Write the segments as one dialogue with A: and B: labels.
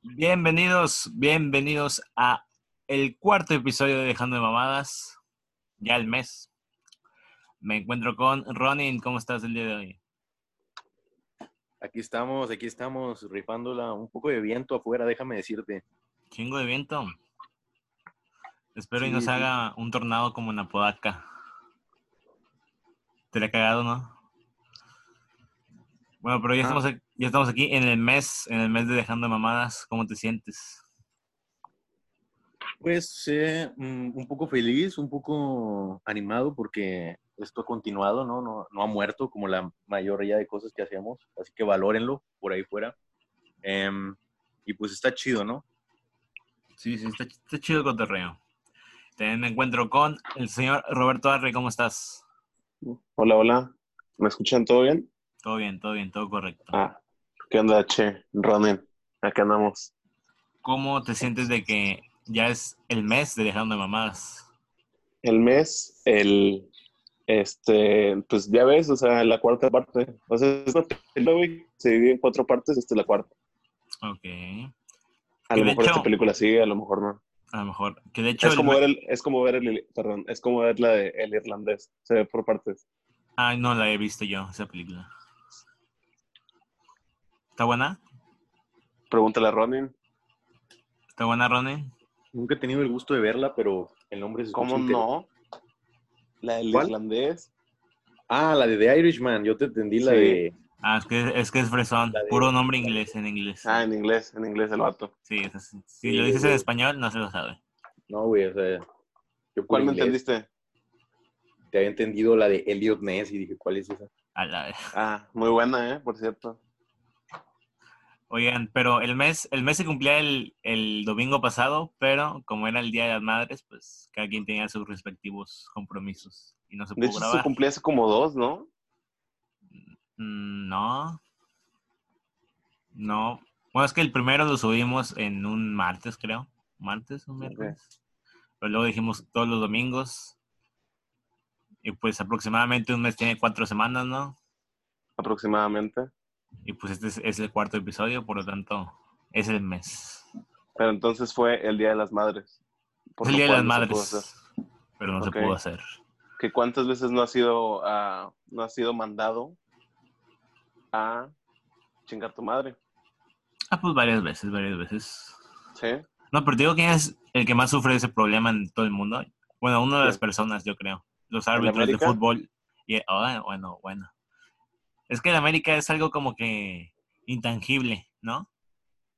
A: Bienvenidos, bienvenidos a el cuarto episodio de Dejando de Mamadas, ya el mes. Me encuentro con Ronin, ¿cómo estás el día de hoy?
B: Aquí estamos, aquí estamos rifándola, un poco de viento afuera, déjame decirte.
A: Chingo de viento. Espero y no
B: Sí,
A: se
B: sí.
A: haga un tornado como en Apodaca. Te la he cagado, ¿no? Bueno, pero ya,
B: Ah.
A: estamos, ac- ya estamos aquí en el mes, en el mes de Dejando de Mamadas, ¿cómo te sientes?
B: Pues eh, mm, un poco feliz, un poco animado porque esto ha continuado, ¿no? No, no ha muerto como la mayoría de cosas que hacemos, así que valórenlo por ahí fuera. Em, y pues está chido, ¿no?
A: Sí, sí, está, está chido el cotorreo. También me encuentro con el señor Roberto Arre, ¿cómo estás?
C: Hola, hola. ¿Me escuchan todo bien?
A: Todo bien, todo bien, todo correcto.
C: Ah, ¿qué onda, che? Ronen, acá andamos.
A: ¿Cómo te sientes de que ya es el mes de dejando de mamadas?
C: El mes, el, este, pues ya ves, o sea, la cuarta parte. O sea, es una película, güey, se divide en cuatro partes, esta es la cuarta.
A: Ok.
C: A
A: Y
C: lo
A: de
C: mejor
A: hecho-
C: esta película sí, a lo mejor no.
A: A lo mejor. Que de hecho.
C: Es
A: el
C: como
A: me-
C: ver el, es como ver el, perdón, es como ver la de El Irlandés, se ve por partes.
A: Ay, no la he visto yo, esa película. ¿Está buena?
C: Pregúntale a Ronin,
A: ¿Está buena, Ronen?
B: Nunca he tenido el gusto de verla, pero el nombre es...
C: ¿cómo no? La del
B: ¿Cuál?
C: Irlandés.
B: Ah, la de The Irishman, yo te entendí la
C: Sí.
B: de...
A: Ah, es que es, que es fresón.
B: La de-
A: Puro nombre inglés en inglés.
C: Ah, en inglés, en inglés el vato.
A: Sí, es así. Si lo dices en español, no se lo sabe.
B: No, güey, o sea... Yo por
C: ¿Cuál me
B: inglés
C: entendiste?
B: Te había entendido la de Elliot Ness y dije, ¿cuál es esa?
A: A la vez.
C: Ah, muy buena, eh, por cierto.
A: Oigan, pero el mes, el mes se cumplía el, el domingo pasado, pero como era el Día de las Madres, pues cada quien tenía sus respectivos compromisos y no se
C: De
A: pudo
C: hecho, se
A: grabar.
C: cumplía hace como dos, ¿no?
A: Mm, No. No. Bueno, es que el primero lo subimos en un martes, creo. Martes, un miércoles. Pero luego dijimos todos los domingos. Y pues aproximadamente un mes tiene cuatro semanas, ¿no?
C: Aproximadamente.
A: Y pues este es, es el cuarto episodio, por lo tanto, es el mes.
C: Pero entonces fue el Día de las Madres. Por
A: Es el
C: lo
A: Día de las
C: cual no se pudo hacer.
A: Madres. Pero no
C: Ok.
A: se pudo hacer.
C: ¿Que cuántas veces no ha sido, ah, no ha sido mandado a chingar tu madre?
A: Ah, pues varias veces, varias veces.
C: Sí.
A: No, pero te digo quién es el que más sufre ese problema en todo el mundo. Bueno, una de las
C: ¿Quién?
A: personas, yo creo. Los árbitros de
C: América?
A: fútbol. Y, ah, bueno, bueno. Es que en América es algo como que intangible, ¿no?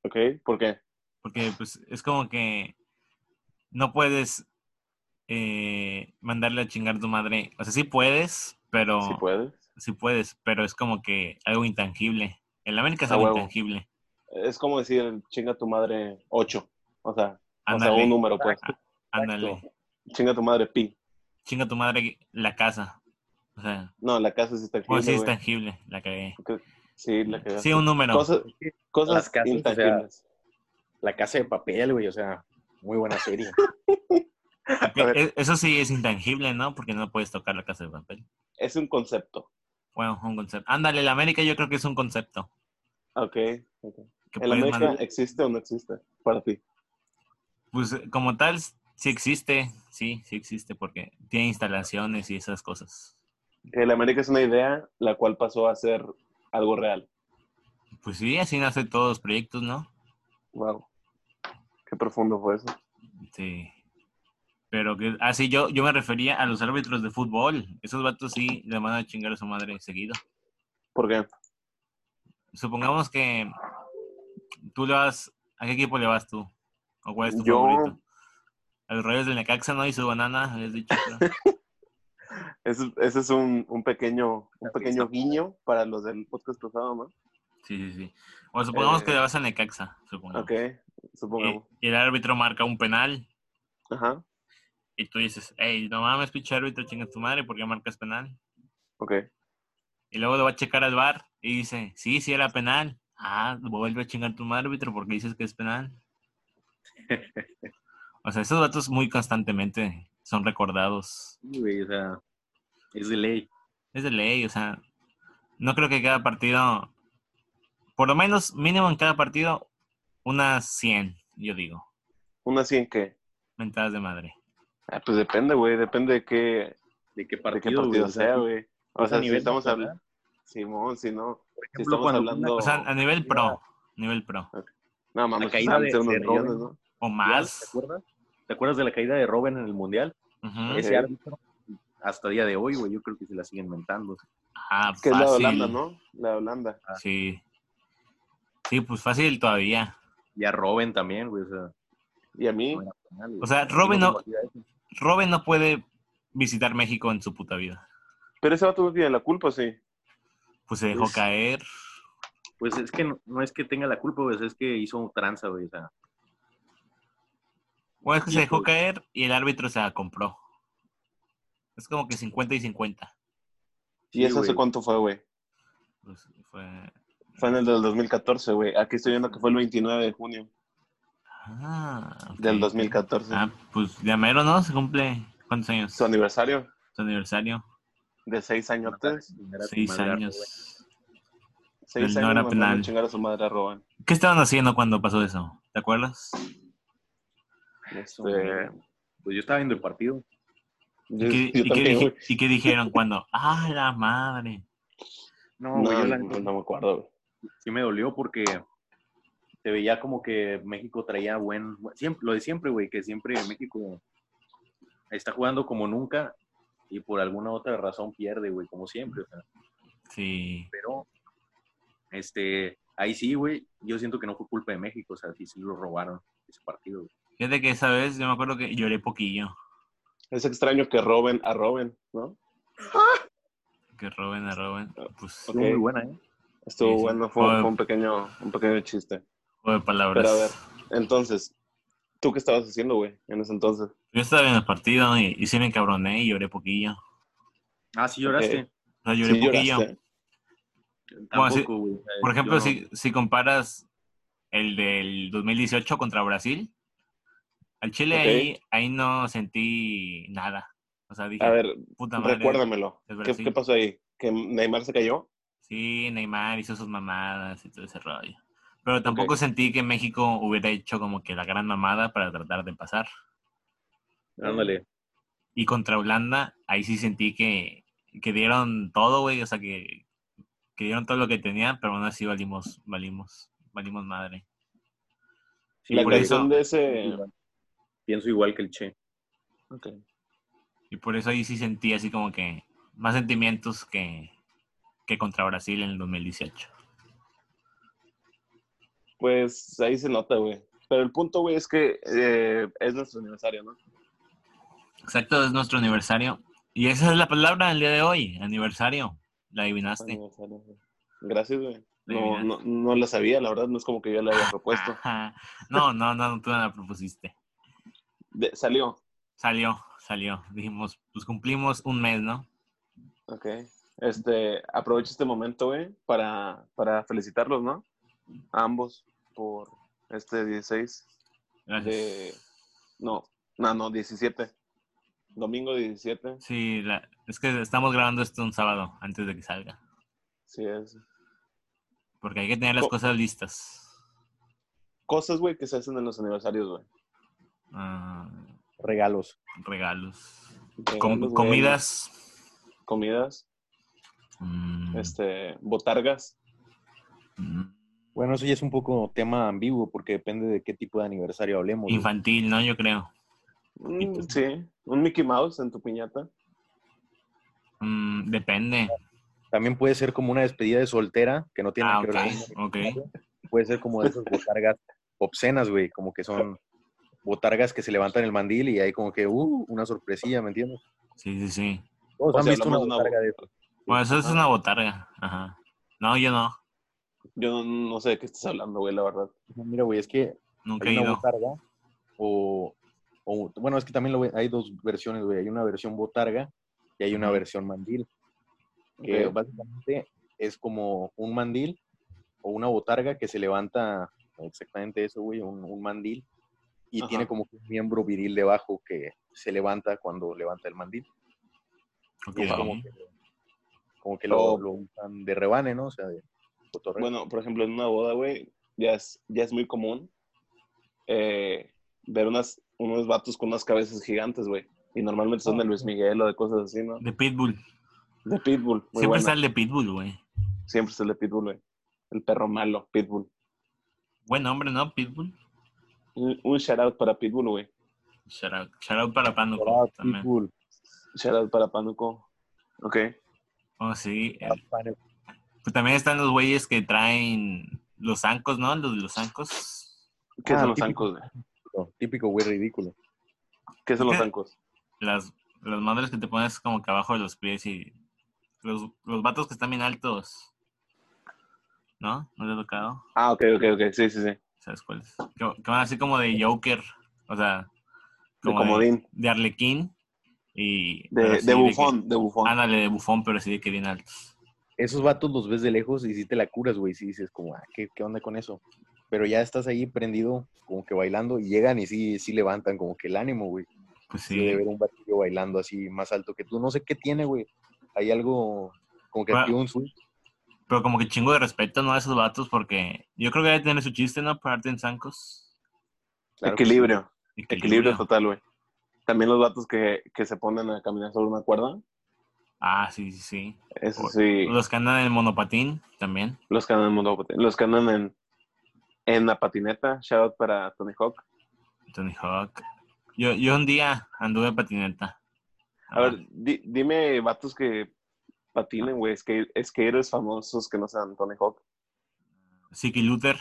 C: ¿Ok? ¿Por qué?
A: Porque pues es como que no puedes eh, mandarle a chingar tu madre. O sea, sí puedes, pero
C: Si puedes.
A: sí puedes, pero es como que algo intangible. En América es
C: A
A: algo
C: huevo.
A: intangible.
C: Es como decir, chinga tu madre ocho. O sea, o sea,
A: Ándale,
C: un número, pues.
A: ándale.
B: Exacto.
C: Chinga tu madre pi.
A: Chinga tu madre la casa. O sea,
C: No, la casa sí está aquí.
A: Bueno, Pues sí, es
C: güey.
A: tangible, la cagué.
C: Sí, la que
A: Sí, un número.
C: Cosas, cosas
B: Las casas, o sea,
C: intangibles.
B: La Casa de Papel, güey, o sea, muy buena serie.
A: Ok,
C: a ver.
A: e- Eso sí es intangible, ¿no? Porque no puedes tocar la casa de papel.
C: Es un concepto.
A: Bueno, un concepto. Ándale, la América yo creo que es un concepto.
C: Ok. ok.
A: Que
C: ¿El
A: puedes
C: América
A: mandar-
C: existe o no existe para ti?
A: Pues eh, como tal, sí existe, sí, sí existe, porque tiene instalaciones y esas cosas.
C: El América es una idea la cual pasó a ser algo real.
A: Pues sí, así nace todos los proyectos, ¿no?
C: Wow. Qué profundo fue eso.
A: Sí. Pero que, ah, sí, yo, yo me refería a los árbitros de fútbol. Esos vatos sí le van a chingar a su madre seguido.
C: ¿Por qué?
A: Supongamos que tú le vas. ¿A qué equipo le vas tú? ¿O cuál es tu
C: Yo-
A: favorito? A los Rayos del Necaxa, ¿no? Y su banana, habías dicho. ¿no?
C: Ese, ese es un, un pequeño, un pequeño guiño para los del podcast pasado, ¿no?
A: Sí, sí, sí. O supongamos
C: Eh,
A: que le vas al Necaxa, supongamos.
C: Ok, supongamos.
A: Y, y el árbitro marca un penal.
C: Ajá,
A: Y tú dices, hey, no mames, pinche árbitro, chinga tu madre, ¿por qué marcas penal?
C: ok.
A: Y luego lo va a checar al bar y dice, sí, sí era penal. Ah, vuelve a chingar tu madre, árbitro, porque dices que es penal. O sea, esos datos muy constantemente son recordados.
B: Sí, güey, o sea, es de ley.
A: Es de ley, o sea, no creo que cada partido, por lo menos mínimo en cada partido, Unas 100, yo digo.
C: ¿Unas 100 qué?
A: Mentadas de madre.
C: Ah, pues depende, güey. Depende de qué,
B: ¿De qué
C: de qué
B: partido, güey?
C: partido
B: O sea,
C: sea, güey. O
B: ¿es a
C: sea, si
B: nivel
C: estamos
B: nacional?
C: hablando. Simón, si no.
B: Por
C: Si
B: ejemplo,
C: estamos
B: cuando
C: hablando.
A: O sea, a nivel pro, nivel pro.
C: No,
B: la
C: mames,
B: caída
C: han de
B: de-
C: ser unos
B: de Robin.
C: millones, ¿no?
A: O
B: ¿Te
A: más.
B: acuerdas? ¿Te acuerdas de la caída de Robben en el Mundial?
A: Ujú.
B: Ese
C: Sí.
B: árbitro, hasta día de hoy, güey, yo creo que se la siguen mentando.
A: Ah,
C: Que es la de
A: fácil.
C: Holanda, ¿no? La de Holanda.
A: Sí. Sí, pues fácil todavía.
B: Y a Robben también, güey. O sea,
C: Y a mí,
B: no era penal, güey.
A: O sea, Robben
B: No
A: no-
B: conocía eso.
A: Robin no puede visitar México en su puta vida.
C: pero ese vato no tiene la culpa, sí.
A: Pues se dejó
B: Pues-
A: caer.
B: Pues es que no, no es que tenga la culpa, güey, o sea, es que hizo un tranza, güey. O sea,
A: Bueno, es que se
B: Sí,
A: dejó
B: pues.
A: caer y el árbitro se la compró. Es como que 50 y 50.
C: ¿Y
B: Sí,
C: eso hace
B: güey.
C: cuánto fue, güey?
A: Pues fue...
C: Fue en el del 2014, güey. Aquí estoy viendo que fue el 29 de junio
A: Ah, ok.
C: del 2014.
A: Ah, pues ya mero, ¿no? Se cumple. ¿Cuántos años?
C: Su aniversario
A: Su aniversario.
C: de seis años. antes.
B: era tu
A: Seis
B: madre,
A: años. No
C: Seis años
A: era
C: mandando
A: penal.
C: a chingar a su madre a Robin.
A: ¿Qué estaban haciendo cuando pasó eso? ¿Te acuerdas?
B: güey. Eso,
C: Este,
B: güey. Pues yo estaba viendo el partido.
C: yo,
A: ¿Y qué,
C: yo
A: y qué
C: también,
A: dije-
C: güey.
A: y qué dijeron cuando? ¡Ah, la madre!
B: No,
C: No,
B: güey, yo la-
C: no, no me acuerdo, güey.
B: sí me dolió porque se veía como que México traía buen, siempre, lo de siempre, güey, que siempre México está jugando como nunca y por alguna otra razón pierde, güey, como siempre. o sea,
A: Sí.
B: pero, este, ahí sí, güey, yo siento que no fue culpa de México, o sea, sí, sí lo robaron ese partido. güey.
A: Fíjate que esa vez yo me acuerdo que lloré poquillo.
C: Es extraño que roben a Robin, ¿no?
A: Que roben a roben. Pues,
C: Ok.
B: Estuvo muy buena, ¿eh?
C: Estuvo
A: Sí, sí.
C: bueno, fue,
A: Joder.
C: fue un, pequeño, un pequeño chiste.
A: juego de palabras.
C: Pero a ver. Entonces, ¿tú qué estabas haciendo, güey, en ese entonces?
A: Yo estaba viendo el partido y, y sí me encabroné y lloré poquillo.
B: Ah, sí lloraste.
C: Ok.
A: O sea, lloré
C: Sí
A: poquillo.
C: lloraste.
A: sí.
B: Tampoco, güey. o sea,
A: Por ejemplo,
B: yo no-
A: si, si comparas el del 2018 contra Brasil, al Chile
C: Ok.
A: ahí, ahí no sentí nada. O sea, dije,
C: A ver,
A: puta madre.
C: recuérdamelo.
A: es
C: ¿Qué,
A: Brasil.
C: qué pasó ahí? ¿Que Neymar se cayó?
A: Sí, Neymar hizo sus mamadas y todo ese rollo. Pero tampoco sentí que México hubiera hecho como que la gran mamada para tratar de pasar.
B: Ándale.
A: Y contra Holanda, ahí sí sentí que, que dieron todo, güey. O sea, que, que dieron todo lo que tenían, pero aún así valimos, valimos, valimos madre.
B: Sí,
C: la
A: por
B: güey,
C: canción
A: eso-
C: de ese...
B: Pienso igual que el Che.
C: Ok.
A: Y por eso ahí sí sentí así como que más sentimientos que, que contra Brasil en el 2018.
C: Pues ahí se nota, güey. Pero el punto, güey, es que eh, es nuestro aniversario, ¿no?
A: Exacto, es nuestro aniversario. Y esa es la palabra del día de hoy, aniversario. La adivinaste.
C: Aniversario, güey. Gracias, güey. No,
A: Adivinaste.
C: no, no la sabía, la verdad, no es como que yo la había propuesto.
A: Ajá. No, no, no, tú no la propusiste.
C: De- salió.
A: Salió, salió. Dijimos, pues cumplimos un mes, ¿no?
C: Ok. Este, aprovecho este momento, güey, para, para felicitarlos, ¿no? A ambos por este 16
A: Gracias.
C: de... No, no, no, 17. Domingo 17.
A: Sí, la- es que estamos grabando esto un sábado antes de que salga.
C: Sí, es.
A: Porque hay que tener las
C: Co-
A: cosas listas.
C: Cosas, güey, que se hacen en los aniversarios, güey.
A: Ah,
B: Regalos.
A: regalos. Com-
C: Regalos, güey,
A: comidas.
C: Comidas,
A: Mm,
C: este, botargas.
A: mm,
B: Bueno, eso ya es un poco tema ambiguo porque depende de qué tipo de aniversario hablemos. güey.
A: Infantil, ¿no? Yo creo.
C: Mm,
A: tú?
C: sí, un Mickey Mouse en tu piñata.
A: Mm, depende.
B: También puede ser como una despedida de soltera, que no tiene
A: Ah,
B: que
A: ok,
B: ver con el
A: ok.
B: aniversario. Puede ser como de esas botargas obscenas, güey, como que son botargas que se levantan el mandil y hay como que, uh, una sorpresilla, ¿me entiendes?
A: Sí, sí, sí.
B: Todos
C: O
B: han
C: sea,
B: visto una
C: hablamos de una
B: botarga de esas.
A: Bueno, eso es
B: Ah.
C: Ajá.
A: una botarga. Ajá. No, yo no.
C: Yo no, no sé de qué estás hablando, güey, la verdad.
B: No, Mira, güey, es que
A: Nunca he
B: hay una
A: ido.
B: botarga o, o- bueno, es que también lo ve- hay dos versiones, güey. Hay una versión botarga y hay una
A: Ujú.
B: versión mandil, que
C: Ok.
B: básicamente es como un mandil o una botarga que se levanta, exactamente eso, güey, un, un mandil y
C: Ajá.
B: tiene como que un miembro viril debajo que se levanta cuando levanta el mandil.
A: Ok.
B: Y es como que, como que
C: Oh.
B: lo, lo usan de rebane, ¿no? O sea, de cotorreo.
C: Bueno, por ejemplo, en una boda, güey, ya es, ya es muy común eh, ver unas, unos vatos con unas cabezas gigantes, güey. Y normalmente son de Luis Miguel o de cosas así, ¿no?
A: De Pitbull.
C: De Pitbull. muy
A: Siempre
C: buena.
A: está el de Pitbull, güey.
C: Siempre es el de Pitbull, güey. El perro malo, Pitbull.
A: Buen hombre, ¿no? Pitbull.
C: Un, un shout out para Pitbull, güey.
A: Shout out, shout out para Pando
D: Hola,
C: pues,
A: también.
D: Pitbull.
C: Shout out para Panuco. Ok.
A: Oh, sí.
D: Ah, pane-
A: Pues también están los güeyes que traen los zancos, ¿no? Los de los zancos.
C: ¿Qué
B: Ah,
C: son los
B: típico.
C: zancos, güey?
B: No, típico güey ridículo.
C: ¿Qué son los
A: ¿Qué?
C: zancos?
A: Las, las madres que te pones como que abajo de los pies y los, los vatos que están bien altos. ¿No? ¿No te ha tocado?
C: Ah, ok, ok, ok. Sí, sí, sí.
A: ¿Sabes cuáles? Que, que van así como de Joker. O sea,
C: De
A: como
C: comodín.
A: de Arlequín y... pero
C: De,
A: así
C: de
A: que-
C: bufón, de bufón.
A: ándale, de bufón, pero así de que bien altos.
B: Esos vatos los ves de lejos y sí te la curas, güey. Sí dices como, ah, ¿qué, qué onda con eso? Pero ya estás ahí prendido, como que bailando, y llegan y sí, sí levantan como que el ánimo, güey.
A: Pues sí.
B: de ver un batillo bailando así más alto que tú. No sé qué tiene, güey. Hay algo como que
A: Bueno.
B: activa un swing.
A: Pero como que chingo de respeto, ¿no? A esos vatos, porque yo creo que debe tener su chiste, ¿no? Pararte en zancos.
B: Claro que sí.
C: Equilibrio. Equilibrio total, güey. También los vatos que, que se ponen a caminar sobre una cuerda.
A: Ah, sí, sí, sí.
C: Eso
A: O-
C: sí.
A: Los que andan en monopatín también.
C: Los que andan en moto- los que andan en, en la patineta. Shout out para Tony Hawk.
A: Tony Hawk. Yo, yo un día anduve en patineta.
C: A ver, di- dime vatos que patinen, güey. Es que, es que héroes famosos que no sean Tony Hawk.
A: Siki Luther.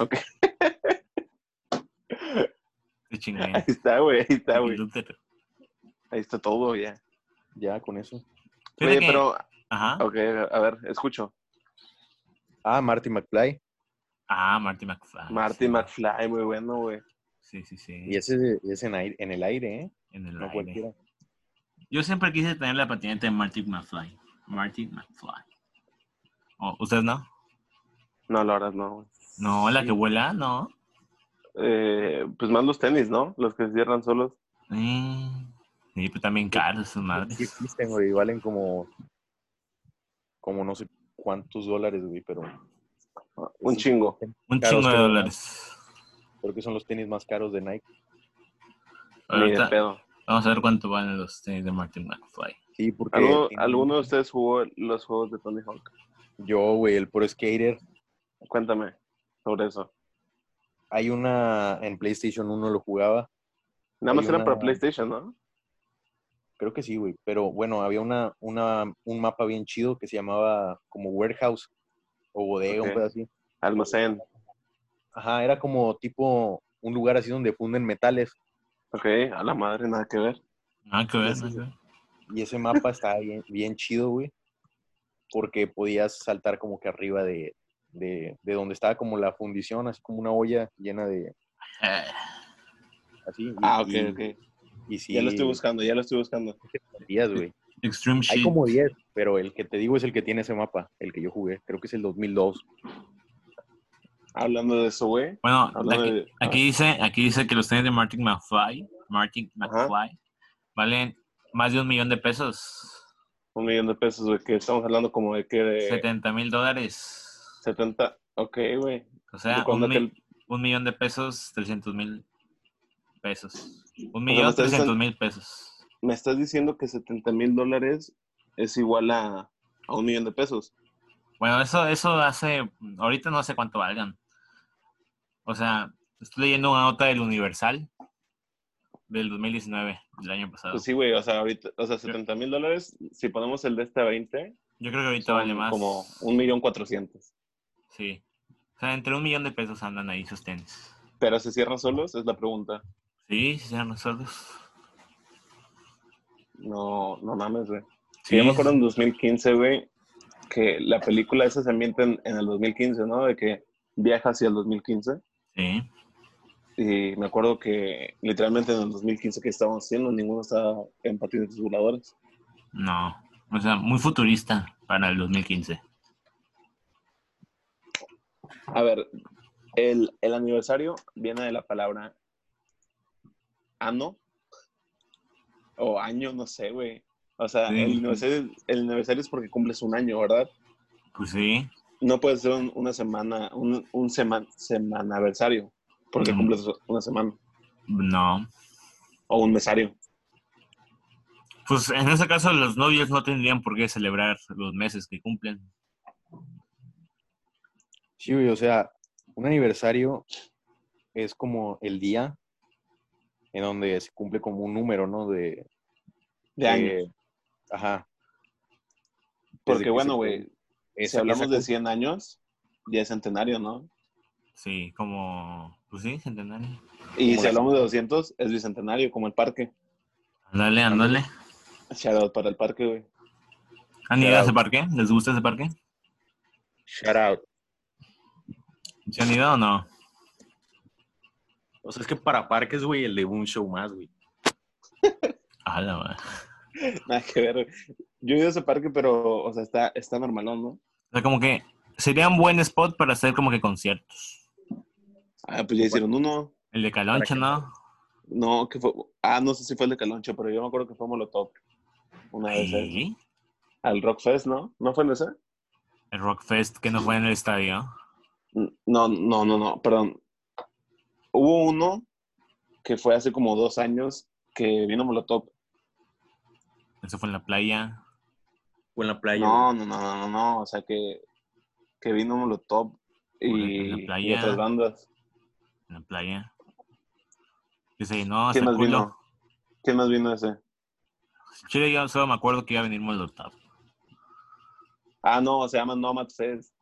C: Ok.
A: Te
C: Ahí
A: chingué.
C: está, güey. Ahí está,
A: Siki
C: güey.
A: Luther.
C: Ahí está todo, ya.
B: Ya con eso.
A: Fíjate
C: Oye,
A: que- Ah.
C: pero,
A: Ajá.
C: ok, a ver, escucho.
B: Ah, Marty McFly.
A: Ah, Marty McFly.
C: Marty
A: sí.
C: McFly, muy bueno, güey.
A: Sí, sí, sí.
B: Y ese y ese en, aire- en el aire, ¿eh?
A: En el
B: No
A: aire.
B: cualquiera.
A: Yo siempre quise tener la patineta de Marty McFly. Marty McFly. Oh, ¿Ustedes no?
C: No, la verdad, no, güey.
A: No, la
B: Sí.
A: que vuela, no.
C: Eh, pues más los tenis, ¿no? Los que se cierran solos.
A: Mm. Sí, pero también caros sus
B: Sí
A: madres.
B: existen, güey. Valen como. Como no sé cuántos dólares, güey, pero
C: Un
B: Sí.
C: chingo.
A: Un
B: Caros
A: chingo de
B: que-
A: dólares.
B: creo que son los tenis más caros de Nike.
C: Ni de
A: Ahorita
C: pedo.
A: vamos a ver cuánto valen los tenis de Marty McFly.
B: Sí, porque.
C: ¿Alguno,
B: tienen-
C: ¿Alguno de ustedes jugó los juegos de Tony Hawk?
B: Yo, güey, el Pro Skater.
C: Cuéntame sobre eso.
B: Hay una. En PlayStation 1 lo jugaba.
C: Nada
B: Hay
C: más era
B: una-
C: para PlayStation, ¿no?
B: Creo que sí, güey. Pero bueno, había una, una, un mapa bien chido que se llamaba como Warehouse o bodega,
C: Ok.
B: un pedo así.
C: Almacén.
B: Ajá, era como tipo un lugar así donde funden metales.
C: Ok, a la madre, nada que ver.
A: Nada que Ah, ver,
B: Sí,
A: nada
B: sí,
A: que ver.
B: Y ese mapa estaba bien, bien chido, güey. Porque podías saltar como que arriba de, de, de donde estaba como la fundición, así como una olla llena de.
A: Eh,
B: Así. y-
C: Ah, ok,
B: y-
C: ok.
B: Y sí,
C: Ya lo estoy buscando, ya lo estoy buscando.
B: días, güey.
A: Extreme
B: Hay
A: Shit.
B: como 10, pero el que te digo es el que tiene ese mapa, el que yo jugué. Creo que es el 2002.
C: Hablando de eso, güey.
A: Bueno,
C: Hablando
A: aquí,
C: de...
A: aquí dice, aquí dice que los tenis de Marty McFly, Marty
C: Ajá.
A: McFly valen más de un millón de pesos.
C: Un millón de pesos, güey, que estamos hablando como de que de
A: 70 mil dólares.
C: 70. Ok, güey.
A: O sea,
C: Cuando
A: Ah, un, mi-
C: aquel-
A: un millón de pesos, 300 mil pesos. Un
C: me
A: millón,
C: estás
A: 300
C: diciendo-
A: mil pesos.
C: Me estás diciendo que 70 mil dólares es igual a, a un millón de pesos.
A: Bueno, eso, eso hace, ahorita no sé cuánto valgan. O sea, estoy leyendo una nota del Universal del 2019, del año pasado.
C: Pues sí, güey, o sea, ahorita, o sea, 70 mil dólares, si ponemos el de este a 20,
A: Yo creo que ahorita
C: son
A: vale más.
C: como un millón cuatrocientos.
A: Sí. O sea, entre un millón de pesos andan ahí sus tenis.
C: Pero se cierran solos, es la pregunta.
A: Sí, sí, eran los sordos.
C: No, no mames, güey.
A: Sí,
C: Sí, yo me acuerdo en 2015, güey, que la película esa se ambienta en, en el 2015, ¿no? De que viaja hacia el 2015.
A: Sí.
C: Y me acuerdo que literalmente en el 2015 que estábamos haciendo, ninguno estaba en patinetes voladores.
A: No. O sea, muy futurista para el 2015.
C: A ver, el, el aniversario viene de la palabra ano o año, no sé, güey. O sea,
A: Sí.
B: Mm.
C: el, aniversario, el aniversario es porque cumples un año, ¿verdad?
A: Pues sí.
C: No puede ser un- una semana, un, un sema- semanaversario. Porque
A: Mm.
C: cumples una semana
A: No.
C: o un mesario.
A: Pues en ese caso los novios no tendrían por qué celebrar los meses que cumplen.
B: Sí, güey, o sea, un aniversario es como el día en donde se cumple como un número, ¿no? De,
C: De
B: Eh,
C: año.
B: Ajá. desde
C: Porque
B: que
C: bueno,
B: se-
C: güey, si
B: esa-
C: hablamos
B: esa
C: de 100 años, ya es centenario, ¿no?
A: Sí, como... Pues sí, centenario.
C: Y
B: Como
C: si
B: la-
C: hablamos de 200, es bicentenario, como el parque.
A: Ándale, ándale.
C: Shout out para el parque, güey.
A: ¿Han ido a ese parque? ¿Les gusta ese parque?
B: Shout out.
A: ¿Se han ido o no?
B: O sea, es que para parques, güey, el de un show más, güey.
A: A la madre.
C: Nada que ver. güey. Yo he ido a ese parque, pero, o sea, está, está normalón, ¿no?
A: O sea, como que sería un buen spot para hacer como que conciertos.
C: Ah, pues ya hicieron uno.
A: El de Caloncha, ¿no?
C: No, que fue. Ah, no sé si fue el de Caloncho, pero yo me acuerdo que fue Molotov. Una vez eh,
A: Sí.
C: al Rockfest, ¿no? ¿No fue el de ese?
A: El Rockfest que no fue en el estadio.
C: No, no, no, no, perdón. Hubo uno que fue hace como dos años que vino Molotov.
A: Eso fue en la playa.
B: O en la playa.
C: No, no, no, no, no, no, o sea que, que vino Molotov
A: Uy, en la
C: y,
A: playa.
C: y otras bandas.
A: En la playa. Que se llenó hasta
C: ¿Quién
A: el
C: más
A: culo.
C: vino? ¿Quién más vino ese?
A: Chile, yo solo me acuerdo que iba a venir Molotov.
C: Ah, no, se llama Nomad Fest,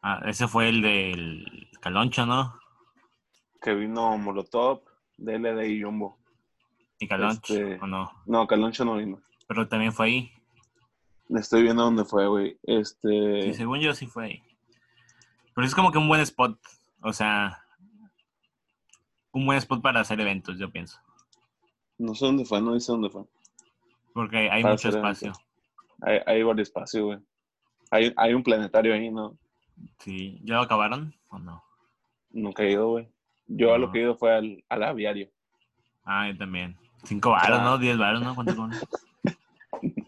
A: Ah, ese fue el del Caloncha, ¿no?
C: que vino Molotov, DLD y Jumbo.
A: Y Caloncha,
C: Este-
A: ¿o no?
C: No, Caloncho no vino.
A: Pero también fue ahí.
C: Estoy viendo dónde fue, güey.
A: Sí,
C: Este,
A: según yo sí fue ahí. Pero es como que un buen spot. O sea, un buen spot para hacer eventos, yo pienso.
C: no sé dónde fue, no dice dónde fue.
A: Porque hay- hay
C: Para
A: mucho
C: hacer eventos.
A: espacio.
C: Hay, hay varios espacios, güey. Hay, hay un planetario ahí, ¿no?
A: Sí. ¿Ya lo acabaron o no?
C: Nunca he ido, güey. Yo a lo
A: No.
C: que he ido fue al, al aviario.
A: Ah, yo también. Cinco varos,
C: Ah.
A: ¿no? Diez varos, ¿no? ¿Cuánto cobran?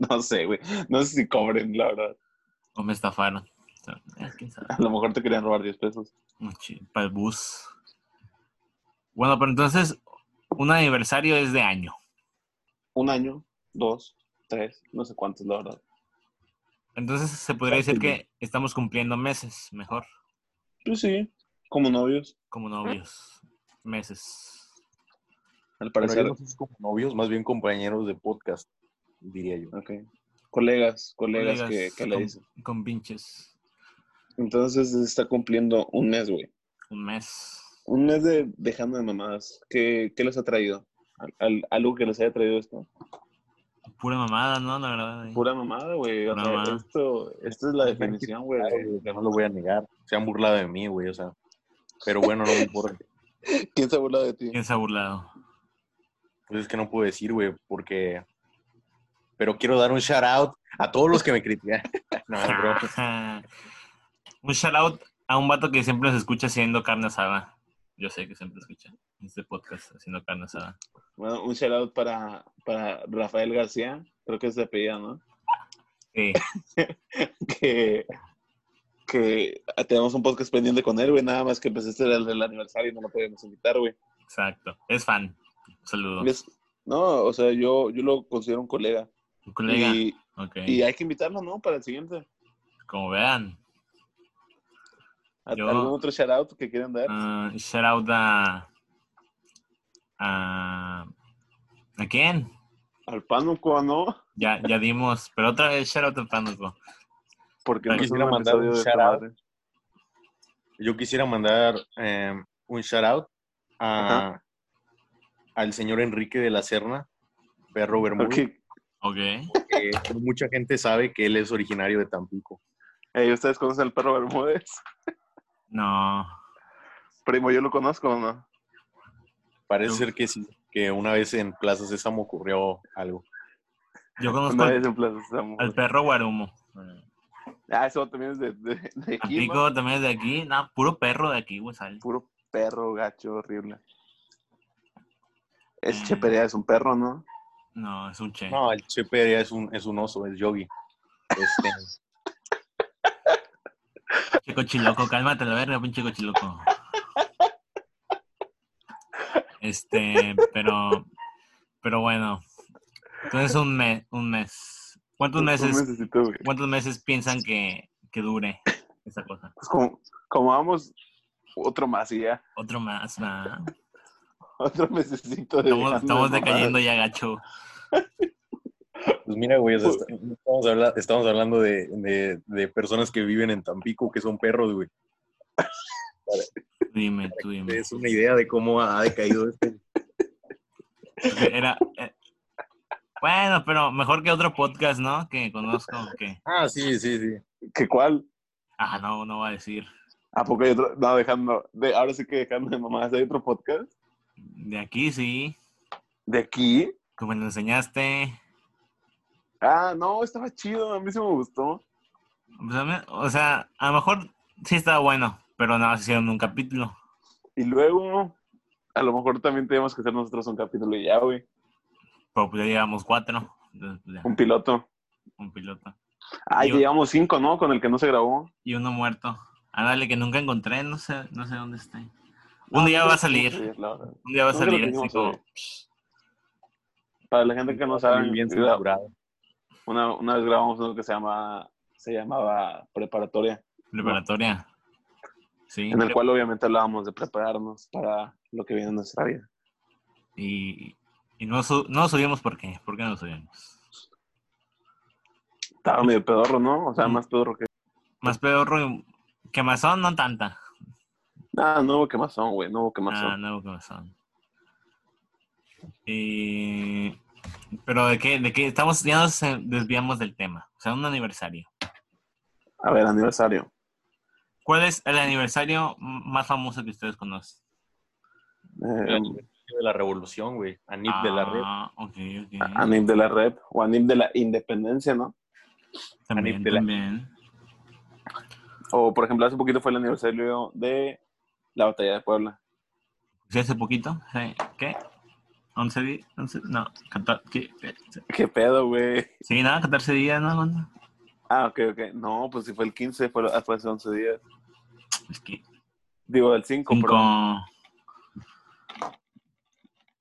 C: No sé, güey. No sé si cobren, la verdad.
A: O me estafaron. O sea, eh, ¿Quién sabe?
C: A lo mejor te querían robar 10 pesos.
A: Para el bus. Bueno, pero entonces, un aniversario es de año.
C: Un año, dos, tres, no sé cuántos, la verdad.
A: Entonces se podría decir que estamos cumpliendo meses, mejor,
C: Pues sí, como novios,
A: como novios. Meses.
B: Pero
C: al parecer.
B: ellos no son como novios, más bien compañeros de podcast, diría yo.
C: Ok. Colegas, colegas,
A: Colegas,
C: que, que le
A: con-
C: dicen.
A: Con pinches.
C: Entonces se está cumpliendo un mes, güey.
A: Un mes.
C: Un mes de dejando de mamadas. ¿Qué, qué les ha traído? Al- al- algo que les haya traído esto.
A: Pura mamada, ¿no? La verdad. eh.
C: Pura mamada, güey. O
A: Pura
C: sea,
A: mamada.
C: esto, esto es la definición, güey.
B: Claro, güey, no lo voy a negar. Se han burlado de mí, güey, o sea. Pero bueno, no me importa.
C: ¿Quién se ha burlado de ti?
A: ¿Quién se ha burlado?
B: Pues es que no puedo decir, güey, porque. Pero quiero dar un shout out a todos los que me critican. no, bro.
A: un shout out a un vato que siempre nos escucha haciendo carne asada. Yo sé que siempre escucha este podcast haciendo carne asada.
C: Bueno, un shout out para, para Rafael García, creo que se apellida, ¿no?
A: Sí.
C: Que, que tenemos un podcast pendiente con él, güey, nada más que pues este era el del aniversario y no lo podíamos invitar, güey.
A: Exacto. Es fan. Un saludo.
C: Es- No, o sea, yo, yo lo considero un colega.
A: Un colega.
C: Y,
A: ok.
C: y hay que invitarlo, ¿no? Para el siguiente.
A: Como vean.
C: ¿A-
A: Yo-
C: ¿Algún otro shout out que quieran dar?
A: ah, shout out a. ¿A, ¿a quién?
C: Al Pánuco, ¿no?
A: Ya, ya dimos. Pero otra vez, shout out a Pánuco.
C: Porque
A: Yo
C: no es un
B: quisiera mandar un
C: episodio de esta
B: shout out.
C: madre.
B: Yo quisiera mandar eh, un shout out a, al señor Enrique de la Serna, perro Bermúdez.
C: Ok.
A: Ok.
B: que no mucha gente sabe que él es originario de Tampico.
C: Ey, ¿Ustedes conocen al perro Bermúdez?
A: No.
C: Primo, yo lo conozco, ¿o ¿no?
B: Parece
A: Uf.
B: ser que sí, que una vez en Plaza Sésamo ocurrió algo.
A: Yo conozco
C: Una
A: al,
C: vez en Plaza Sésamo.
A: al perro Guarumo.
C: Ah, eso también es de, de, de aquí, ¿no?
A: Tampico también es de aquí. No, puro perro de aquí, güey, sale.
C: Puro perro gacho horrible. Ese
A: Mm.
C: Che Perea es un perro, ¿no?
A: No, es un che.
B: No, el Chepe es un, es un oso, es yogi. Este,
A: Che cochiloco, cálmate la verga, pinche cochiloco. Este, pero, pero bueno. Entonces un mes, un mes. ¿Cuántos meses,
C: necesito, güey.
A: cuántos meses piensan que, que dure esta cosa?
C: Pues como, como vamos, otro más y ya.
A: Otro más, nah.
C: Otro mesecito de.
A: Estamos,
C: dejando
A: estamos
C: de mamar.
A: decayendo ya, gacho.
B: Pues mira, güey, o sea, est- estamos, habla- estamos hablando de, de- de personas que viven en Tampico, que son perros, güey.
A: Tú Dime, tú dime.
B: Es una idea de cómo ha decaído este.
A: Era, eh, bueno, pero mejor que otro podcast, ¿no? Que conozco, que...
B: Ah, sí, sí, sí.
C: ¿Qué cuál?
A: Ah, no, no va a decir.
C: ¿A poco hay otro? No, dejando. De, ahora sí que dejando de mamás. ¿Hay otro podcast?
A: De aquí sí,
C: ¿De aquí?
A: como lo enseñaste.
C: Ah, no, estaba chido. A mí sí me gustó.
A: Pues a mí- o sea, a lo mejor sí estaba bueno, pero no hicieron un capítulo.
C: Y luego, a lo mejor también tenemos que hacer nosotros un capítulo y ya, güey.
A: Pero pues ya llevamos cuatro. Entonces, pues, ya,
C: Un piloto.
A: un piloto.
C: Ah,
A: Yo-
C: ya llevamos cinco, ¿no? Con el que no se grabó.
A: Y uno muerto. Ándale, que nunca encontré, no sé, no sé dónde está. Un día va a salir,
C: La verdad.
A: un día va a
C: Nunca lo
A: salir. así
C: tuvimos,
A: como-
C: güey. Para la gente que no sabe,
B: Muy bien
C: la-
B: censurado.
C: una, una vez grabamos uno que se llama se llamaba preparatoria,
A: Preparatoria. Sí.
C: en el cual obviamente hablábamos de prepararnos para lo que viene en nuestra vida.
A: Y, y no, su- no subimos por qué. ¿Por qué no subimos?
C: Estaba medio pedorro, ¿no? O sea,
A: Mm.
C: más pedorro que
A: Más pedorro y- que Mazón, no tanta.
C: nada, no hubo quemazón, güey, no hubo quemazón.
A: Ah, nuevo que Mazón. Y... Pero de qué, de qué estamos, ya nos eh, desviamos del tema. O sea, un aniversario.
C: A ver, aniversario.
A: ¿Cuál es el aniversario m- más famoso que ustedes conocen?
C: Eh,
B: de la revolución, güey. Anip de la red.
A: Ah, ok, ok.
C: Anip de la Red o Anip de la Independencia, ¿no?
A: también,
B: Anip de la-
A: también.
C: O por ejemplo, hace poquito fue el aniversario de la Batalla de Puebla.
A: Sí, hace poquito. sí. ¿Qué? ¿11 días? No, 14.
C: ¿Qué pedo, güey?
A: Sí, nada, 14 días, ¿no? ¿Cuándo?
C: Ah, ok, ok. No, pues si fue el 15, fue, fue hace 11 días.
A: Es que
C: Digo, el 5,
A: Cinco.
C: perdón.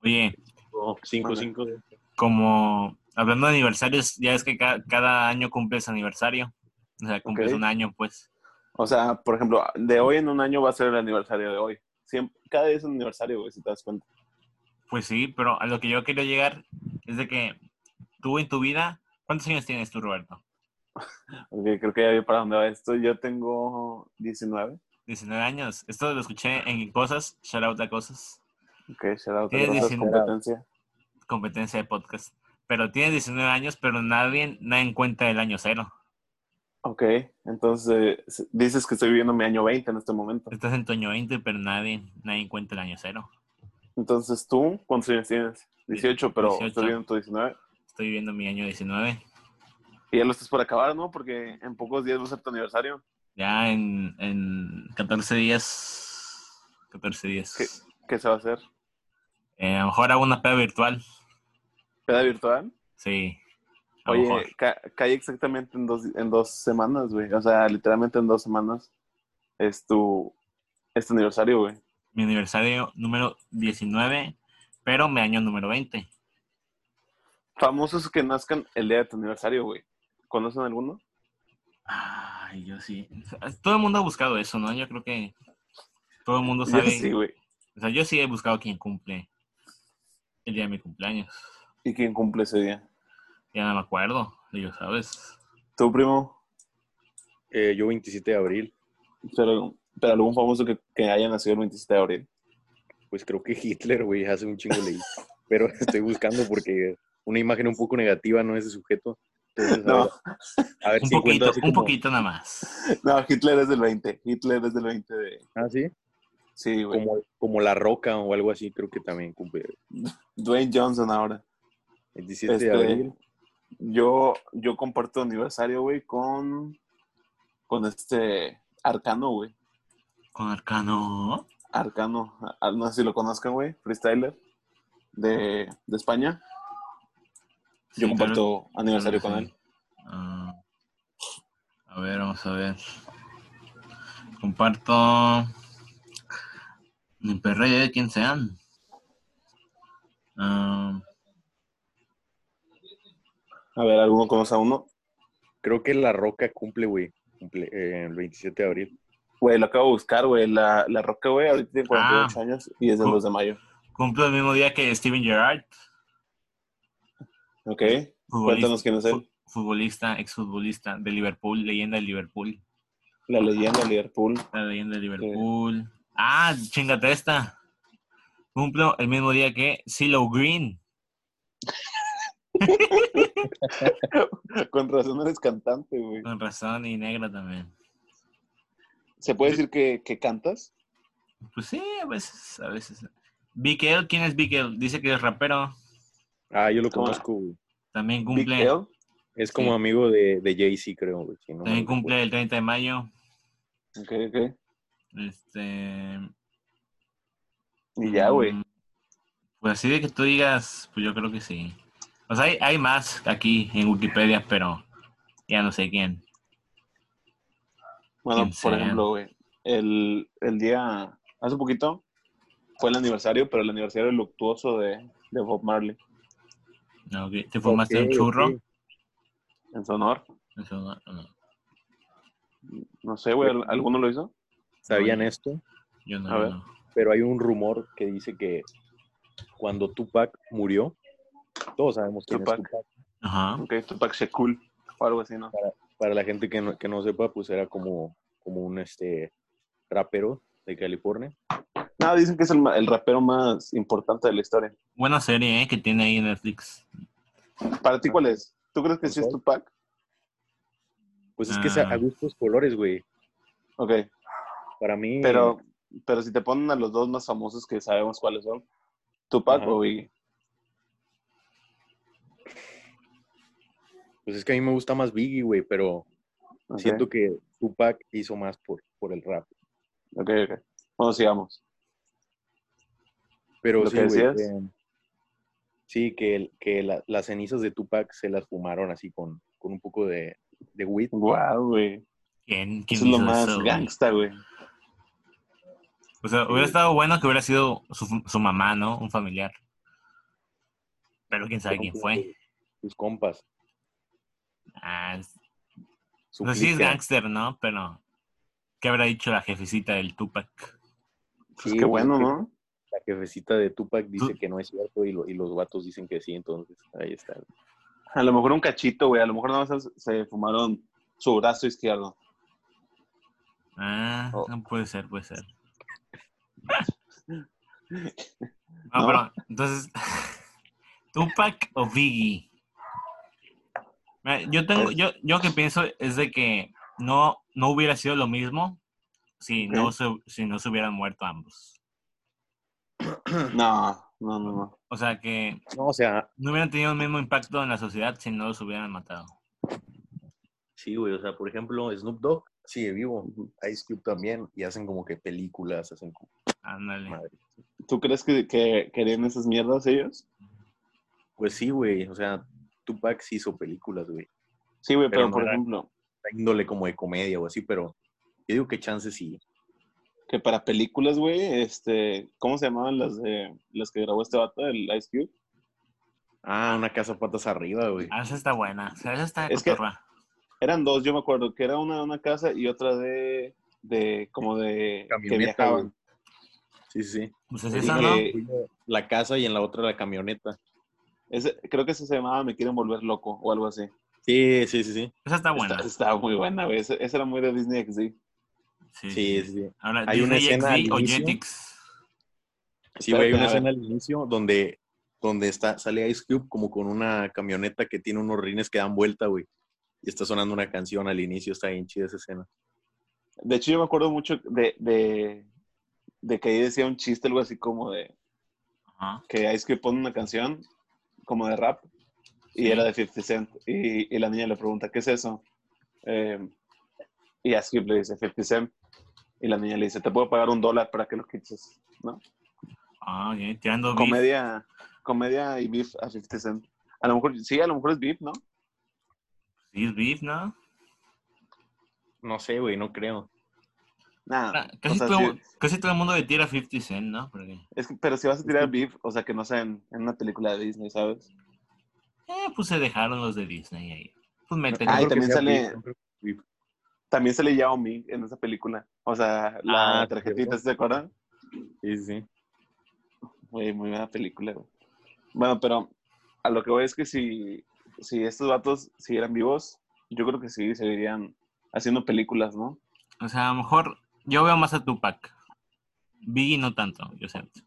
A: Oye,
B: Cinco,
A: pues,
B: cinco,
C: Vale.
B: cinco.
A: como hablando de aniversarios, ya es que ca- cada año cumples aniversario. O sea, cumples
C: Ok.
A: un año, pues.
C: O sea, por ejemplo, de hoy en un año va a ser el aniversario de hoy. Siempre, cada día es un aniversario, güey, si te das cuenta.
A: Pues sí, pero a lo que yo quiero llegar es de que tú en tu vida, ¿cuántos años tienes tú, Roberto?
C: Porque creo que ya vi para dónde va esto. Yo tengo 19.
A: 19 años. Esto lo escuché en Cosas, shout out a Cosas,
C: Ok, será otra
B: Eh,
A: Tienes
C: cosa,
A: 19.
C: competencia.
A: competencia de podcast. Pero tienes 19 años, pero nadie, nadie cuenta el año cero.
C: Ok, entonces eh, dices que estoy viviendo mi año 20 en este momento.
A: Estás en tu año 20, pero nadie, nadie cuenta el año cero.
C: Entonces tú, ¿cuántos años tienes? 18, pero
A: 18.
C: estoy viviendo tu 19.
A: Estoy viviendo mi año 19.
C: Y ya lo estás por acabar, ¿no? Porque en pocos días va a ser tu aniversario.
A: Ya en, en 14 días. 14 días.
C: ¿Qué? ¿Qué se va a hacer?
A: Eh, a lo mejor hago una peda virtual.
C: ¿Peda virtual?
A: Sí. A lo mejor.
C: Oye, ca- cae exactamente en dos, en dos semanas, güey. O sea, literalmente en dos semanas es tu, es tu aniversario, güey.
A: Mi aniversario número 19, pero mi año número 20.
C: Famosos que nazcan el día de tu aniversario, güey. ¿Conocen alguno?
A: Ay, yo sí. Todo el mundo ha buscado eso, ¿no? Yo creo que todo el mundo
C: Yo
A: sabe.
C: sí, güey.
A: O sea, yo sí he buscado quien cumple el día de mi cumpleaños.
C: ¿Y quién cumple ese día?
A: Ya no me acuerdo, yo sabes.
C: ¿Tu primo?
B: Eh, yo 27 de abril.
C: Pero, pero algún famoso que, que haya nacido el 27 de abril.
B: Pues creo que Hitler, güey, hace un chingo leí. Pero estoy buscando porque una imagen un poco negativa no es de sujeto. Entonces, a
C: No.
B: ver- a ver
A: Un
B: si encuentro
A: poquito,
B: así
A: un
B: como-
A: poquito nada más.
C: No, Hitler es del 20. Hitler es del 20 de...
B: Ah, sí.
C: Sí, güey.
B: Como, como La Roca o algo así, creo que también cumple.
C: Dwayne Johnson ahora.
B: 27 de
C: Este,
B: abril.
C: Yo, yo comparto aniversario, güey, con, con este Arcano, güey.
A: Con Arcano.
C: Arcano, a- no sé si lo conozcan, güey, freestyler de, de España.
A: Sí,
C: Yo comparto
A: claro.
C: aniversario
A: Claro
C: con
A: que
C: él.
A: sí. Ah, a ver, vamos a ver. Comparto. Mi perro ya de quién sean. Ah,
C: A ver, ¿alguno conoce a uno?
B: Creo que La Roca cumple, güey. Cumple eh, el 27 de abril.
C: Güey, lo acabo de buscar, güey. La, la Roca, güey, ahorita tiene
A: Ah.
C: 48 años y es del
A: Ju-
C: 2 de mayo.
A: cumple el mismo día que Steven Gerrard,
C: Ok.
A: futbolista,
C: Cuéntanos quién es él.
A: fu- futbolista, exfutbolista de Liverpool, leyenda de Liverpool.
C: La leyenda de Liverpool.
A: La leyenda de Liverpool. Ah, chingate esta. Cumplo el mismo día que CeeLo Green.
C: Con razón eres cantante, güey.
A: Con razón y negra también.
C: ¿Se puede decir que, que cantas?
A: Pues sí, a veces, a veces. Big L, ¿quién es Big L? Dice que es rapero.
B: Ah, yo lo
C: Toma.
B: conozco, güey.
A: También
C: Big
A: cumple,
C: L.
B: Es como
A: Sí.
B: amigo de, de Jay-Z, creo, güey. si no mal
A: también
B: recuerdo.
A: cumple el 30 de mayo.
C: Ok, ok.
A: Este.
C: Y ya, güey.
A: mm, Pues así de que tú digas, pues yo creo que sí. O sea, hay, hay más aquí en Wikipedia, pero ya no sé quién.
C: Bueno,
A: Quién
C: por
A: sea.
C: ejemplo, güey, el, el día, hace poquito, fue el aniversario, pero el aniversario luctuoso de, de Bob Marley,
A: No, ¿qué? ¿Te formaste
B: Ok,
A: un churro?
B: ok.
C: en su honor.
A: Eso no- no,
C: No sé, güey, ¿al- ¿alguno lo hizo?
B: ¿Sabían
A: Oye.
B: esto?
A: yo no,
C: A
A: yo
C: ver.
A: no.
B: Pero hay un rumor que dice que cuando Tupac murió, todos sabemos quién
C: Tupac.
B: es Tupac.
A: Ajá.
C: Ok, Tupac Shakur o algo así, ¿no?
B: Para la gente que no, que no sepa, pues era como, como un este, rapero de California.
C: No, dicen que es el, ma- el rapero más importante de la historia.
A: Buena serie, ¿eh? Que tiene ahí Netflix.
C: ¿Para ti cuál es? ¿Tú crees que sí es
B: Ok.
C: Tupac?
B: Pues es que es a,
A: Ah.
B: a gustos colores, güey.
C: Ok,
B: Para mí,
C: pero, pero si te ponen a los dos más famosos que sabemos cuáles son, ¿Tupac
B: Ajá.
C: o Biggie?
B: pues es que a mí me gusta más Biggie, güey, pero
C: Ok,
B: siento que Tupac hizo más por, por el rap.
C: ok, ok. Bueno, sigamos.
B: Pero
C: ¿Lo
B: sí,
C: que
B: güey,
C: decías?
B: que- sí, que, el- que la- las cenizas de Tupac se las fumaron así con, con un poco de, de weed.
C: Guau, güey.
A: ¿Quién, quién
C: Eso es lo
A: hizo
C: más
A: eso, güey?
C: gangsta, güey.
A: O sea, hubiera estado bueno que hubiera sido su, su mamá, ¿no? Un familiar. Pero quién sabe quién fue.
B: Sus compas.
A: Ah, es-
B: su
A: o sea, Pues sí es
B: clica.
A: gángster, ¿no? Pero, ¿qué habrá dicho la jefecita del Tupac?
C: Pues
B: Sí,
C: qué
B: pues,
C: bueno,
B: que
C: ¿no?
B: La jefecita de Tupac dice
A: Tú-
B: que no es cierto y, lo- y los vatos dicen que sí, entonces ahí está.
C: A lo mejor un cachito, güey. A lo mejor nada más se- se fumaron su brazo izquierdo.
A: Ah,
B: Oh.
A: no puede ser, puede ser. No,
C: No.
A: pero, entonces, ¿Tupac o Biggie? Mira, Yo tengo, yo, yo que pienso es de que no, no hubiera sido lo mismo si, no
C: Ok.
A: se, si no se hubieran muerto ambos.
C: No, no, no, no.
A: O sea que
B: No, o sea,
A: no hubieran tenido el mismo impacto en la sociedad si no los hubieran matado.
B: sí, güey, o sea, por ejemplo, Snoop Dogg sigue vivo, Ice Cube también, y hacen como que películas, hacen como
A: Ándale.
B: madre.
C: ¿Tú crees que, que querían esas mierdas ellos?
B: Pues sí, güey, o sea, Tupac sí hizo películas, güey.
C: Sí, güey, pero,
B: Pero no
C: por
B: era-
C: ejemplo,
B: La índole como de comedia o así, pero yo digo que chance sí.
C: que para películas, güey, este, ¿cómo se llamaban las de las que grabó este vato, el Ice Cube?
B: Ah, una casa patas arriba, güey.
A: Ah, esa está buena. O sea, esa está
C: Es que-
A: cotorra.
C: Eran dos, yo me acuerdo, que era una de una casa y otra de, de como de que
B: Camioneta,
C: viajaban.
B: Sí, sí.
A: Pues es
B: Sí,
A: esa,
C: que-
A: ¿no?
B: La casa y en la otra la camioneta.
C: Ese- creo que esa se llamaba Me quieren volver loco o algo así.
B: Sí, sí, sí, sí.
A: Esa está buena.
C: Está- Estaba muy buena, güey. Esa esa era muy de Disney XD.
A: Sí, sí.
B: Sí, sí, sí.
A: Ahora,
B: Hay una
A: Disney
B: escena
A: XD
B: al
A: o
B: inicio.
A: Jetix.
B: Sí, güey, hay una
C: Espérate, a
B: escena al inicio donde, donde está, sale Ice Cube como con una camioneta que tiene unos rines que dan vuelta, güey. Y está sonando una canción al inicio, está bien chida esa escena.
C: De hecho, yo me acuerdo mucho de, de, de que ahí decía un chiste, algo así como de
A: Ajá.
C: que Ice Cube pone una canción como de rap y
A: Sí.
C: era de 50 Cent. Y, y la niña le pregunta, ¿qué es eso? Eh, y Ice Cube le dice 50 Cent. Y la niña le dice, te puedo pagar un dólar para que lo quites. ¿No?
A: Ah, ok, Tirando beef.
C: Comedia, comedia y beef a 50 Cent. A lo mejor, sí, a lo mejor es beef, ¿no?
A: Sí, es beef, ¿no?
B: No sé, güey, no creo.
C: Nada.
A: Ah, Casi,
C: o sea,
A: todo,
C: sí-
A: casi todo el mundo le tira 50 Cent, ¿no? Porque,
C: es que- pero si vas a tirar beef, o sea, que no sea en, en una película de Disney, ¿sabes?
A: eh, pues se dejaron los de Disney ahí. Pues métele.
C: Ay,
B: Creo que
C: también
B: sea
C: sale-
B: Beef, siempre- Beef.
C: También se le Yao Ming en esa película. O sea, la
B: Ah, cierto.
C: tarjetita, ¿se acuerdan?
B: Sí, sí, sí.
C: Güey, muy buena película, güey. Bueno, pero a lo que voy es que si, si estos vatos siguieran vivos, yo creo que sí seguirían haciendo películas, ¿no?
A: O sea, a lo mejor yo veo más a Tupac. Biggie no tanto, yo siento.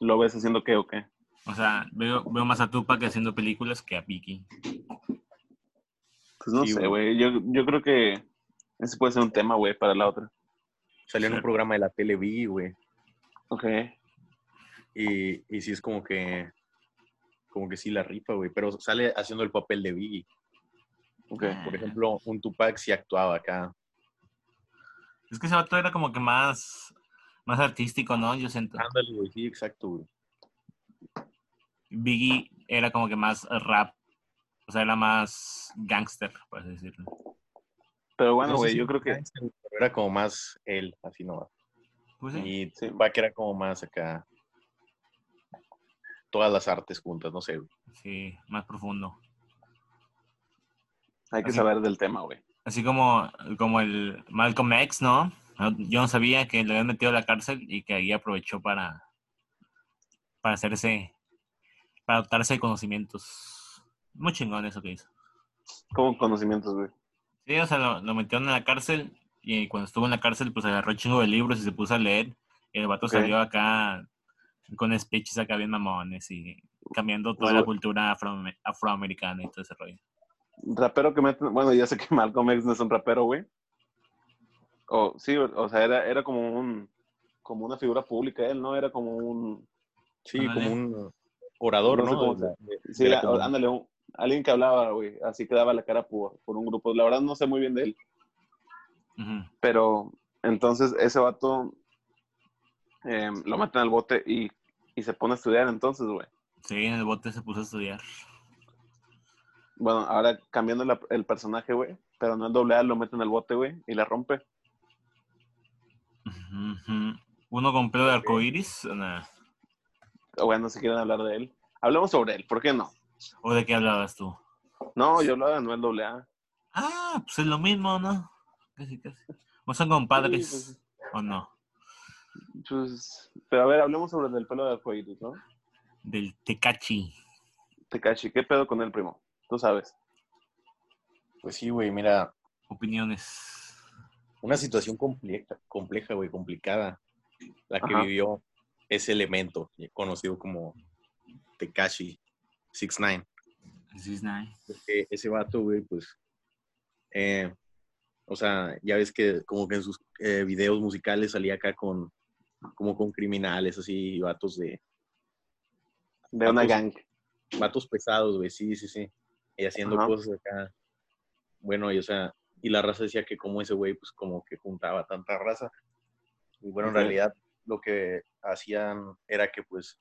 C: ¿Lo ves haciendo qué o qué?
A: O sea, veo, veo más a Tupac haciendo películas que a Biggie.
C: Pues no
B: Sí,
C: sé,
B: güey.
C: güey. Yo, yo creo que ese puede ser un tema, güey, para la otra.
B: Salió en un
A: Sí.
B: programa de la tele B, güey.
C: Ok.
B: Y, y sí es como que, como que sí la rifa, güey. Pero sale haciendo el papel de Biggie.
C: Ok.
B: Por ejemplo, un Tupac sí actuaba acá.
A: Es que ese vato era como que más, más artístico, ¿no? Yo siento.
B: Ándale, güey. Sí, exacto, güey.
A: Biggie era como que más rap. O sea, era más gangster, por así decirlo.
C: Pero bueno,
B: No sé
C: güey,
B: si
C: yo creo que.
B: Pero era como más él, así nomás.
A: Pues sí.
B: Y
C: Sí.
B: Tupac era como más acá. Todas las artes juntas, no sé. güey.
A: Sí, más profundo.
C: Hay que
A: Así-
C: saber del tema, güey.
A: Así como, como el Malcolm X, ¿no? No, Yo no sabía que le habían metido a la cárcel y que ahí aprovechó para, para hacerse, para dotarse de conocimientos. Muy chingón eso que hizo.
C: Como conocimientos, güey.
A: Sí, o sea, lo, lo metieron en la cárcel y cuando estuvo en la cárcel, pues agarró un chingo de libros y se puso a leer. Y el vato
C: Ok.
A: salió acá con speeches acá bien mamones y cambiando toda
C: Pues,
A: la
C: güey.
A: cultura afroame- afroamericana y todo ese rollo.
C: Rapero que meten. Bueno, ya sé que Malcolm X no es un rapero, güey. O sí, o o sea, era, era como un. Como una figura pública, él, ¿no? Era como un.
B: Sí,
A: Ándale.
B: como un orador,
C: No
B: ¿no?
C: sé cómo se- Sí,
B: de la
C: a-
B: comunidad.
C: ándale, un- alguien que hablaba, güey. Así que daba la cara por, por un grupo. La verdad no sé muy bien de él.
A: Ujú.
C: Pero entonces ese vato eh, lo meten al bote y, y se pone a estudiar entonces, güey.
A: Sí, en el bote se puso a estudiar.
C: Bueno, ahora cambiando la- el personaje, güey. Pero no es doble A, lo meten al bote, güey. Y la rompe.
A: Ujú, ujú. Uno con pelo de arcoíris. ¿O, nada?
C: O, Güey, no se quieren hablar de él. Hablamos sobre él, ¿por qué no?
A: ¿O de qué hablabas tú?
C: No, yo hablaba de Anuel doble A.
A: Ah, pues es lo mismo, ¿no? Casi, casi. ¿O son compadres?
C: Sí,
A: ¿O no?
C: Pues, pero a ver, hablemos sobre el del pelo de arcoíris, ¿no?
A: Del Tecachi.
C: Tekashi, ¿qué pedo con el primo? Tú sabes.
B: Pues sí, güey, mira,
A: Opiniones.
B: una situación compleja, compleja, güey, complicada, la que
C: Ajá.
B: vivió ese elemento eh, conocido como Tekashi 69.
A: Así es, Nay.
B: Porque ese vato, güey, pues, eh, o sea, ya ves que como que en sus eh, videos musicales salía acá con, como con criminales, así, y vatos de,
A: Ah,
C: De una
A: pues,
B: Vatos-
C: gang.
B: vatos pesados, güey, sí, sí, sí. Y haciendo
C: Ajá.
B: cosas acá. Bueno, y o sea, y la raza decía que como ese güey, pues como que juntaba tanta raza. Y bueno, en
C: Ujú.
B: realidad lo que hacían era que pues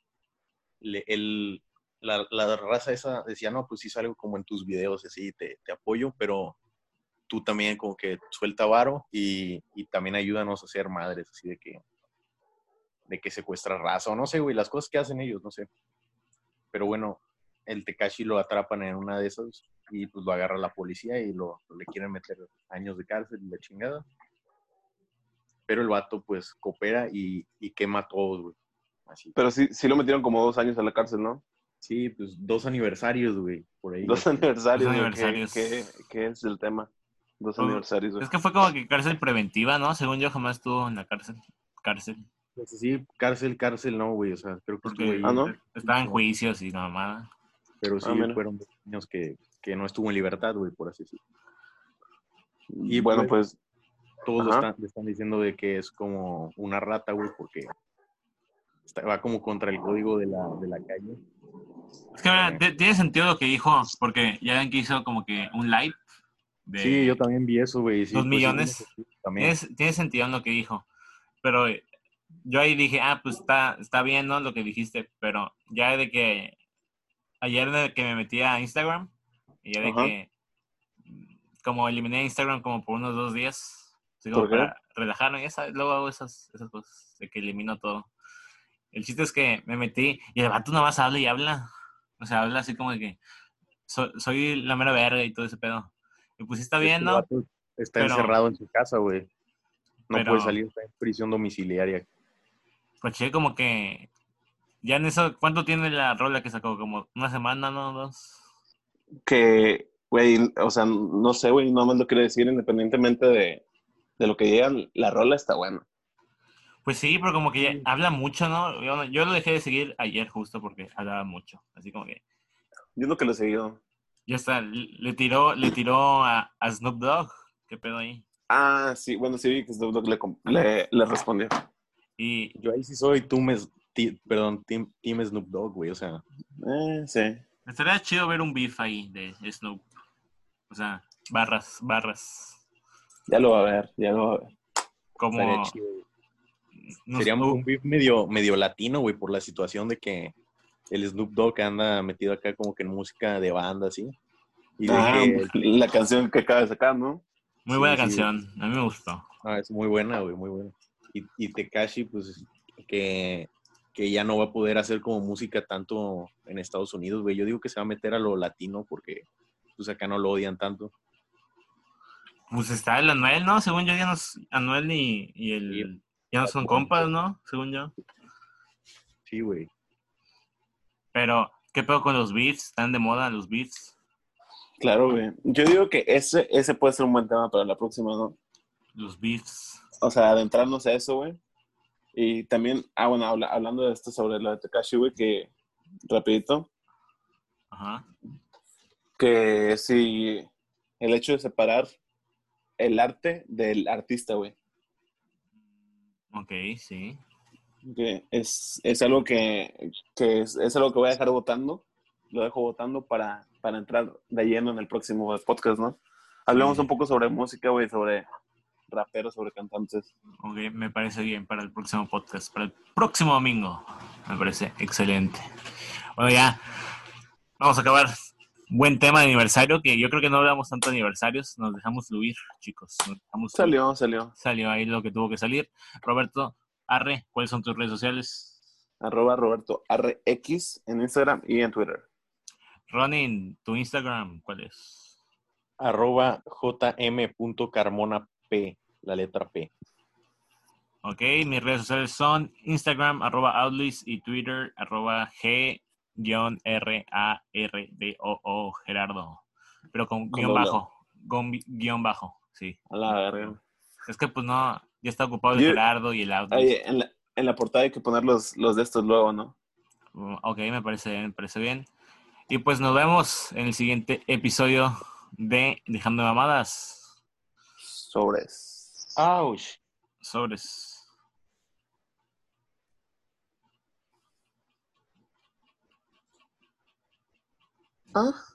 B: le- él, la, la raza esa decía, no, pues sí salgo como en tus videos, y así, te, te apoyo, pero tú también como que suelta varo y, y también ayúdanos a ser madres, así de que de que secuestra raza o no sé, güey, las cosas que hacen ellos, no sé. Pero bueno, el Tekashi lo atrapan en una de esas y pues lo agarra la policía y lo, le quieren meter años de cárcel y la chingada. Pero el vato pues coopera y, y quema a todos, güey. Así.
C: Pero sí, sí lo metieron como dos años a la cárcel, ¿no?
B: Sí, pues dos aniversarios, güey, por ahí.
C: Dos aniversarios.
A: Dos
C: güey,
A: aniversarios.
C: Que, que- que es el tema. Dos
A: Pues,
C: aniversarios, güey.
A: Es que fue como que cárcel preventiva, ¿no? Según yo jamás estuvo en la cárcel. Cárcel.
B: Pues, sí, cárcel, cárcel, no, güey, o sea, creo que estuvo
A: Porque
B: ahí.
C: Ah, ¿no?
A: estaba en juicios y la mamada.
B: Pero sí,
C: Ah, mira.
B: fueron dos años que, que no estuvo en libertad, güey, por así decirlo.
C: Y bueno, pues,
B: todos lo
C: Ajá.
B: están, le están diciendo de que es como una rata, güey, porque está- va como contra el código de la, de la calle.
A: Es que mira, t- tiene sentido lo que dijo, porque ya ven que hizo como que un live. De...
B: Sí, yo también vi eso, güey. sí, pues,
A: Dos
B: sí,
A: millones.
B: sí, también.
A: Tiene, tiene sentido en lo que dijo. Pero eh, yo ahí dije, ah, pues está, está bien, ¿no? Lo que dijiste. Pero ya de que. Ayer de que me metí a Instagram. Y ya de
C: Ajá.
A: que. mm, Como eliminé Instagram como por unos dos días. Así como
C: ¿Por qué?
A: para relajarme, ya sabes, luego hago esas, esas cosas de que elimino todo. El chiste es que me metí y el vato nada más habla y habla. O sea, habla así como de que so- soy la mera verga y todo ese pedo. Y pues sí está bien,
B: Este
A: ¿no?
B: vato Está
A: Pero-
B: encerrado en su casa, güey. No
A: Pero-
B: puede salir, está en prisión domiciliaria.
A: Pues sí, como que ya en eso, ¿cuánto tiene la rola que sacó? Como una semana, ¿no? Dos.
C: que, güey, o sea, no sé, güey, nada más lo quiero decir, independientemente de, de lo que llegan, la rola está buena.
A: Pues sí, pero como que ya habla mucho, ¿no? Yo, yo lo dejé de seguir ayer justo porque hablaba mucho. Así como que
C: Yo lo que lo he seguido.
A: ya está, le le tiró, le tiró a, a Snoop Dogg. ¿Qué pedo ahí?
C: Ah, sí, bueno, sí vi que Snoop Dogg le, com- le, le respondió.
A: Y
B: Yo ahí sí soy Team, es- ti- perdón, team, team Snoop Dogg, güey. O sea,
C: Eh, sí.
A: estaría chido ver un beef ahí de Snoop. O sea, barras, barras.
C: Ya lo va a ver, ya lo va a ver.
A: Como
B: estaría chido. güey.
A: no-
B: Sería
A: uh,
B: un beef medio, medio latino, güey, por la situación de que el Snoop Dogg anda metido acá como que en música de banda, así. Y de
C: Ah,
B: que
C: la canción que acaba de sacar, ¿no?
A: muy
B: sí,
A: buena
B: sí.
A: canción. A mí me gustó.
B: Ah, es muy buena, güey, muy buena. Y, y Tekashi, pues, que, que ya no va a poder hacer como música tanto en Estados Unidos, güey. Yo digo que se va a meter a lo latino porque, pues, acá no lo odian tanto.
A: Pues está el Anuel, ¿no? Según yo, ya no es- Anuel y, y el. Ya no son compas, ¿no? Según yo.
B: Sí, güey.
A: Pero, ¿qué pedo con los beefs? ¿Están de moda los beefs?
C: Claro, güey. Yo digo que ese, ese puede ser un buen tema para la próxima, ¿no?
A: Los beefs.
C: O sea, adentrarnos a eso, güey. Y también, ah, bueno, habla- hablando de esto sobre lo de Tekashi, güey, que, rapidito,
A: Ajá.
C: que si el hecho de separar el arte del artista, güey,
A: Ok, sí.
C: que es, es algo que, que es, es algo que voy a dejar votando, lo dejo votando para, para entrar de lleno en el próximo podcast, ¿no? Hablemos
A: Sí.
C: un poco sobre música, güey, sobre raperos, sobre cantantes.
A: Ok, me parece bien para el próximo podcast, para el próximo domingo. Me parece excelente. Bueno, ya. Vamos a acabar. Buen tema de aniversario, que yo creo que no hablamos tanto de aniversarios. Nos dejamos fluir, chicos. Nos dejamos fluir.
C: Salió, salió.
A: Salió ahí lo que tuvo que salir. Roberto, Arre, ¿cuáles son tus redes sociales?
C: Arroba Roberto RX en Instagram y en Twitter.
A: Ronin, tu Instagram, ¿cuál es?
B: Arroba jm.carmona P, la letra P.
A: Ok, mis redes sociales son Instagram, arroba Outlis y Twitter, arroba G-R-A-R-D-O-O, Gerardo. Pero con, guión
C: doble O.
A: bajo, con bi- guión bajo, sí.
C: A la verga.
A: Es que pues no, ya está ocupado el
C: Yo-
A: Gerardo y el Outlis.
C: Ahí, en, la, en la portada hay que poner los, los de estos luego, ¿no?
A: Mm, Ok, me parece bien, me parece bien. Y pues nos vemos en el siguiente episodio de Dejando Mamadas.
C: Sobres.
B: ¡Auch!
A: Sobres.
C: Ah.